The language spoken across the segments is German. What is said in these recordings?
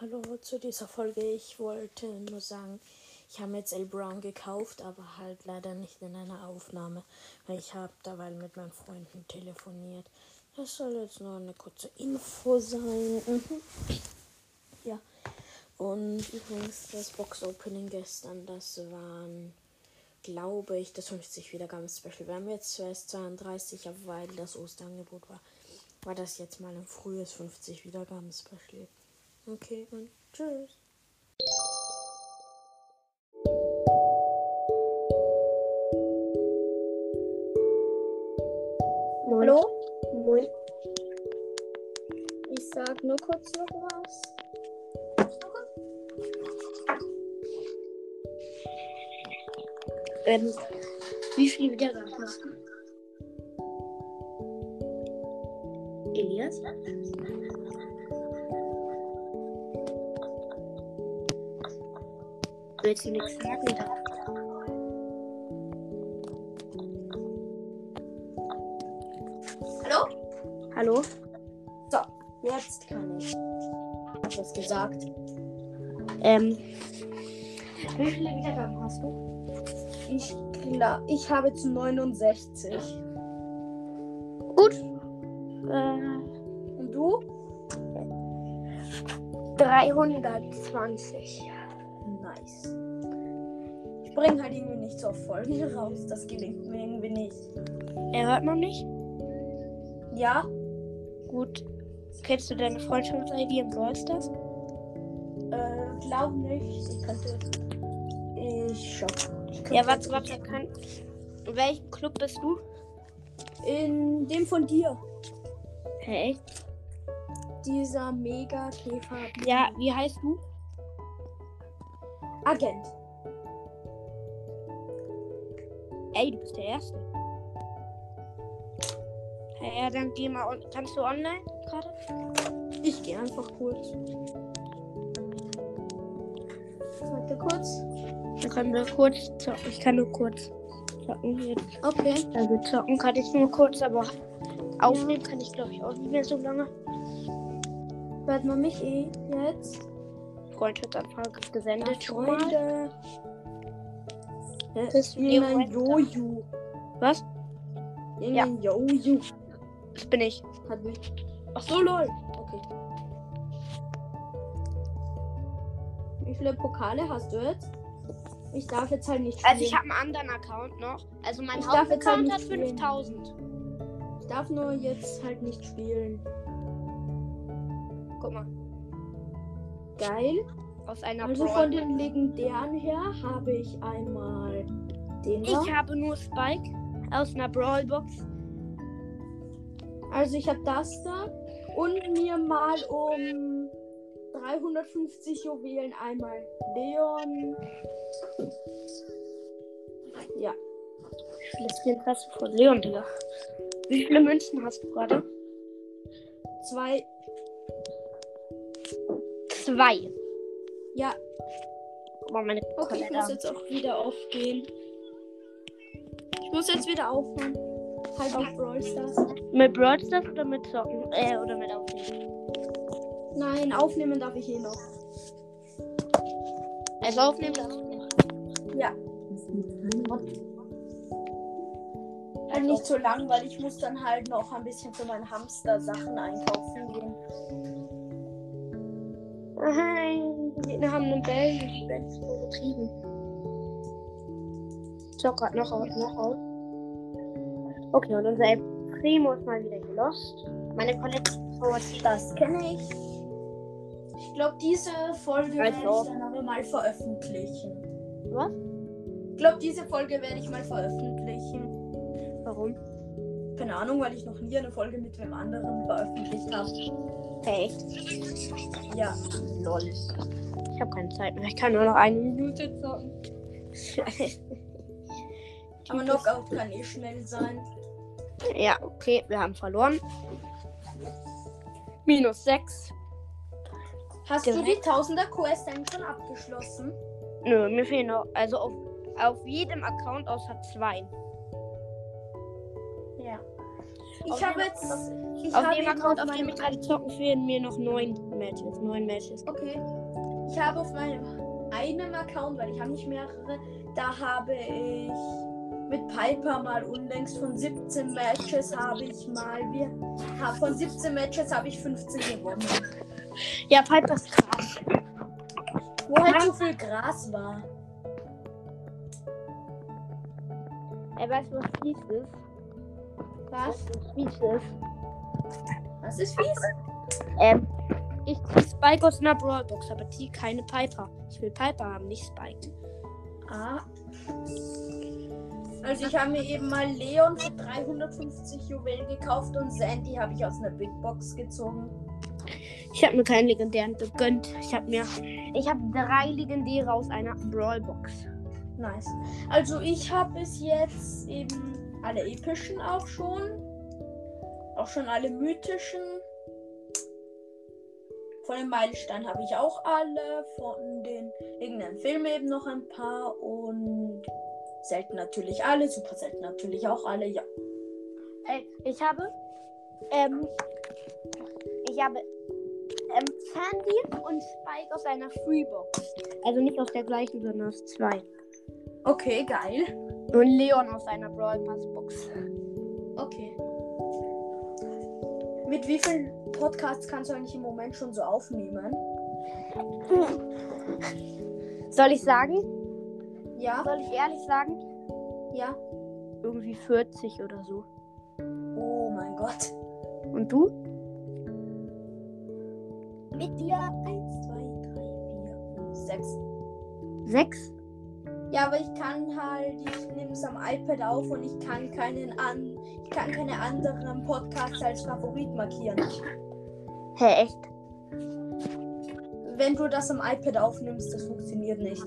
hallo zu dieser Folge. Ich wollte nur sagen, ich habe jetzt El Brown gekauft, aber halt leider nicht in einer Aufnahme, weil ich habe dabei mit meinen Freunden telefoniert. Das soll jetzt nur eine kurze Info sein. Mhm. Ja. Und übrigens das Box-Opening gestern, das waren, glaube ich, das 50 wieder ganz special. Wir haben jetzt zuerst 32, aber weil das Osterangebot war, war das jetzt mal ein frühes 50 Wiedergaben Special. Okay, und tschüss. Moin. Hallo? Moin. Ich sag nur kurz noch was. Ähm, wie viel Wiedergaben hast du? Elias? Willst du nichts sagen? oder? Hallo? Jetzt kann ich. Hab was gesagt. Ähm, wie viele Wiedergaben hast du? Ich, klar, ich habe jetzt 69. Gut. Äh, Und du? 320. Nice. Ich bringe halt irgendwie nicht zur Folge raus. Das gelingt mir irgendwie nicht. Er hört man mich? Ja? Gut. Kennst du deine Freundschaft-ID im Brawlstars? Äh, glaub nicht. Ich könnte. Ich schaff. Ich könnte- Ja, warte, warte. Kann... In welchem Club bist du? In dem von dir. Hey. Dieser mega Käfer. Ja, wie heißt du? Agent. Ey, du bist der Erste. Ja, ja, dann geh mal. on- Kannst du online gerade? Ich gehe einfach kurz. Warte kurz. Dann können wir kurz zocken. Ich kann nur kurz zocken. jetzt. Okay. Also zocken kann ich nur kurz, aber aufnehmen kann ich glaube ich auch nicht mehr so lange. Warte mal, Michi, jetzt. Freundschaftsanfrage gesendet schon mal. Freunde. Das ist Wie mein Freundschaft. Jojo. Was? Ja. Irgendein Jojo. Das bin ich. Hat mich. Ach so, lol. Okay. Wie viele Pokale hast du jetzt? Ich darf jetzt halt nicht spielen. Also ich habe einen anderen Account noch. Also mein Ich darf jetzt halt Hauptaccount nicht hat spielen. 5000. ich darf nur jetzt halt nicht spielen. Guck mal. Geil. Aus einer Also Brawl. von den legendären her habe ich einmal den. da. Ich habe nur Spike aus einer Brawlbox. Also ich habe das da und mir mal um 350 Juwelen einmal Leon. Ja, Das ist Interesse von Leon, Digga. Wie viele Münzen hast du gerade? zwei. Zwei. Ja, Guck mal, meine okay, ich muss Kalender. jetzt auch wieder aufgehen. Ich muss jetzt wieder aufhören. Halt auf Brawl Stars. Mit Brawl Stars oder mit Zocken? Äh, oder mit Aufnehmen? Nein, aufnehmen darf ich eh noch. Also Aufnehmen darfst du nicht. Halt nicht so lang, weil ich muss dann halt noch ein bisschen für meine Hamster-Sachen einkaufen gehen. Nein, die Gegner haben einen Bell. Die Bell ist übertrieben. Zock grad noch aus, noch aus. Okay, und unser El Primo ist mal wieder gelost. Meine Palette dauert Das kenne ich. Ich glaube, diese Folge werde ich Also. dann aber mal veröffentlichen. Was? Ich glaube, diese Folge werde ich mal veröffentlichen. Warum? Keine Ahnung, weil ich noch nie eine Folge mit wem anderen veröffentlicht habe. Hey, Ja. lol. Ich habe keine Zeit mehr. Ich kann nur noch eine Minute zocken. Aber Knockout kann eh schnell sein. Ja, okay, wir haben verloren. Minus 6. Hast du Direkt. die Tausender Quest eigentlich schon abgeschlossen? Nö, mir fehlen noch. Also auf, auf jedem Account außer zwei. Ja. Auf Ich habe den- jetzt. Ich Auf habe dem eben Account, auf dem meinem wir gerade zocken, fehlen mir noch neun Matches. Neun Matches. Okay. Ich habe auf meinem einen Account, weil ich habe nicht mehrere, da habe ich mit Piper mal unlängst von 17 Matches habe ich mal wir hab von 17 Matches habe ich 15 gewonnen. Ja, Piper ist krass. Wo halt so viel Gras war. Er weiß, was fies ist. Was? Was fies ist. Was ist fies? Ähm, ich zieh Spike aus einer Brawlbox, aber zieh keine Piper. Ich will Piper haben, nicht Spike. Ah. Also ich habe mir eben mal Leon für 350 Juwelen gekauft und Sandy habe ich aus einer Big Box gezogen. Ich habe mir keinen legendären gegönnt. Ich habe mir. Ich habe drei legendäre aus einer Brawlbox. Nice. Also ich habe bis jetzt eben alle epischen auch schon. Auch schon alle mythischen. Von dem Meilenstein habe ich auch alle. Von den irgendeinem Film eben noch ein paar. Und selten natürlich alle. Super selten natürlich auch alle. Ja. Ey, Äh, ich habe. Ähm. Ich habe. Ähm, Sandy und Spike aus einer Freebox. Also nicht aus der gleichen, sondern aus zwei. Okay, geil. Und Leon aus einer Brawl Pass Box. Okay. Mit wie vielen Podcasts kannst du eigentlich im Moment schon so aufnehmen? Soll ich sagen? Ja, Soll ich ehrlich sagen? ja. Irgendwie 40 oder so. Oh mein Gott. Und du? Mit dir. Eins, zwei, drei, vier, fünf, sechs. Sechs? Ja, aber ich kann halt, ich nehme es am iPad auf und ich kann keinen an, ich kann keine anderen Podcasts als Favorit markieren. Hä, echt? Wenn du das am iPad aufnimmst, das funktioniert nicht.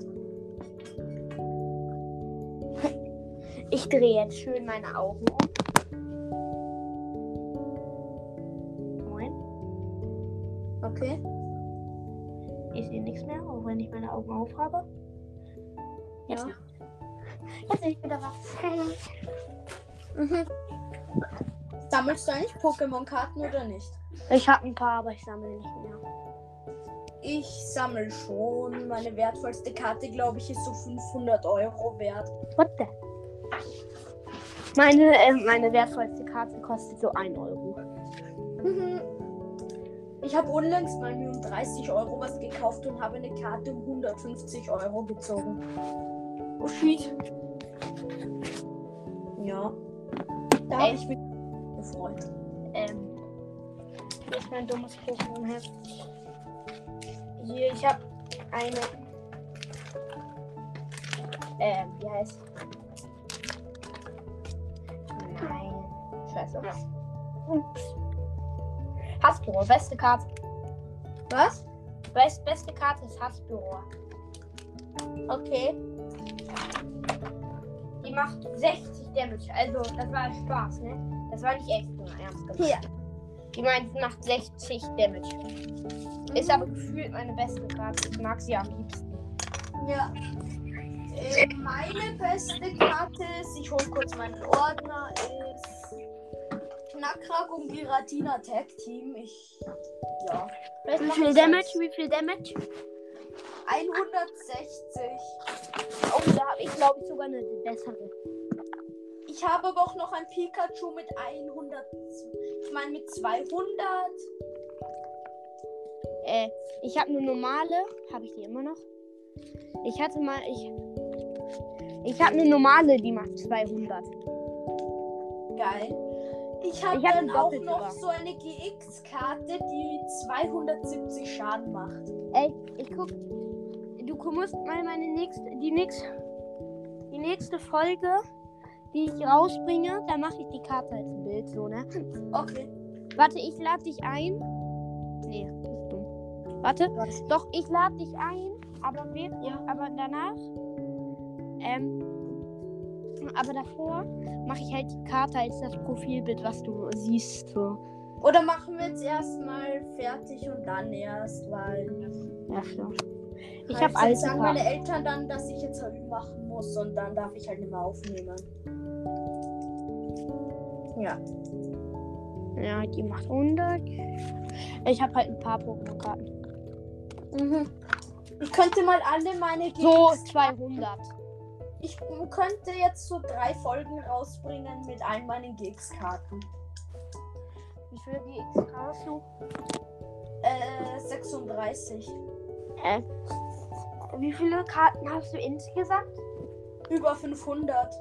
Ich drehe jetzt schön meine Augen um. Moin. Okay? Ich sehe nichts mehr, auch wenn ich meine Augen aufhabe. Jetzt, Ja. jetzt sehe ich wieder was. Mhm. Sammelst du eigentlich Pokémon-Karten oder nicht? Ich habe ein paar, aber ich sammle nicht mehr. Ich sammle schon. Meine wertvollste Karte, glaube ich, ist so 500 Euro wert. What the? Meine, äh, meine wertvollste Karte kostet so 1 Euro. Mhm. Ich habe unlängst mal mir um 30 Euro was gekauft und habe eine Karte um 150 Euro gezogen. Oh shit. Ja. Da habe ich mich gefreut. Ähm. Das ist mein dummes Pokémon-Heft. Hier, ich habe eine. Ähm, wie heißt. Nein. Scheiße. Ups. Hasbro, beste Karte. Was? Best, beste Karte ist Hasbro. Okay. Die macht 60 Damage. Also, das war Spaß, ne? Das war nicht echt nur ernst gemeint. Ja. Die meint, sie macht 60 Damage. Ist aber gefühlt meine beste Karte. Ich mag sie am liebsten. Ja. Äh, meine beste Karte ist, ich hole kurz meinen Ordner, ist Knackrack und Giratina Tag Team. Ich. Ja. Wie viel Damage? Wie viel Damage? 160. Oh, da habe ich, glaube ich, sogar eine bessere. Ich habe aber auch noch ein Pikachu mit 100. Ich meine mit 200. Äh, ich habe eine normale. Habe ich die immer noch? Ich hatte mal. Ich, ich habe eine normale, die macht 200. Geil. Ich habe Ich hab dann ein auch Doppel noch sogar. so eine GX-Karte, die 270 Schaden macht. Ey, ich guck. Du musst mal meine nächste, die nächste, die nächste Folge, die ich rausbringe, da mache ich die Karte als Bild so, ne? Okay. Warte, ich lade dich ein. Nee, das ist dumm. Warte, Was? doch, ich lade dich ein, aber wir, Ja. aber danach, ähm, aber davor mache ich halt die Karte als das Profilbild, was du siehst, so. Oder machen wir jetzt erstmal fertig und dann erst, weil Ja, stimmt. Ich Weil habe alles sagen gemacht. meine Eltern dann, dass ich jetzt Abi machen muss und dann darf ich halt nicht mehr aufnehmen. Ja. Ja, die macht 100. Ich habe halt ein paar Pokémon-Karten. Mhm. Ich könnte mal alle meine So Gimmicks- 200. Ich könnte jetzt so drei Folgen rausbringen mit all meinen Gigs-Karten. Wie viele GX hast du? Äh, 36. Äh, wie viele Karten hast du insgesamt? Über 500.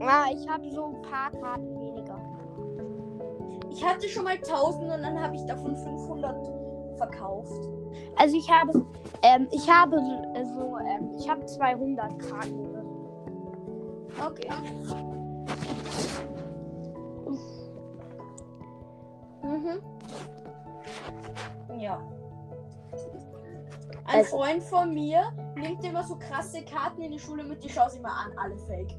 Ah, ich habe so ein paar Karten weniger. Ich hatte schon mal 1000 und dann habe ich davon 500 verkauft. Also ich habe, ähm, ich habe so- äh, so, ähm, ich habe 200 Karten. oder so. Okay. Mhm. Ja. Ein Also- Freund von mir nimmt immer so krasse Karten in die Schule mit, die schaue sie immer an, alle fake.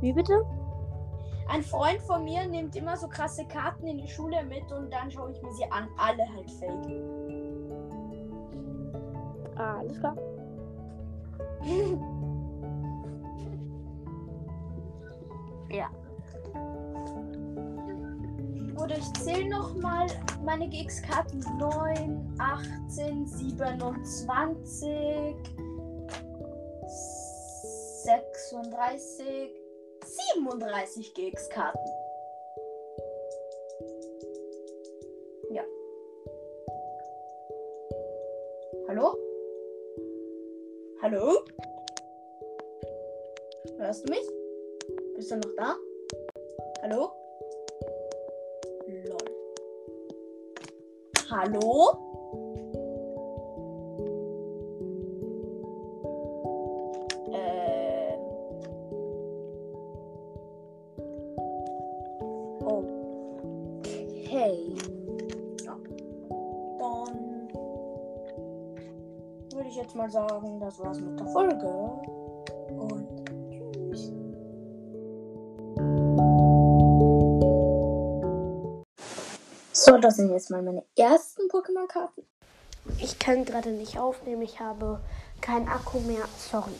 Wie bitte? Ein Freund von mir nimmt immer so krasse Karten in die Schule mit und dann schaue ich mir sie an, alle halt fake. Ah, alles klar. Oder ich zähle nochmal meine GX-Karten 9, 18, 27, 36, 37 GX-Karten. Ja. Hallo? Hallo? Hörst du mich? Bist du noch da? Hallo? Lol. Hallo? Ähm. Okay. Ja. Dann würde ich jetzt mal sagen, das war's mit der Folge. Und tschüss. So, das sind jetzt mal meine ersten Pokémon-Karten. Ich kann gerade nicht aufnehmen, ich habe keinen Akku mehr. Sorry.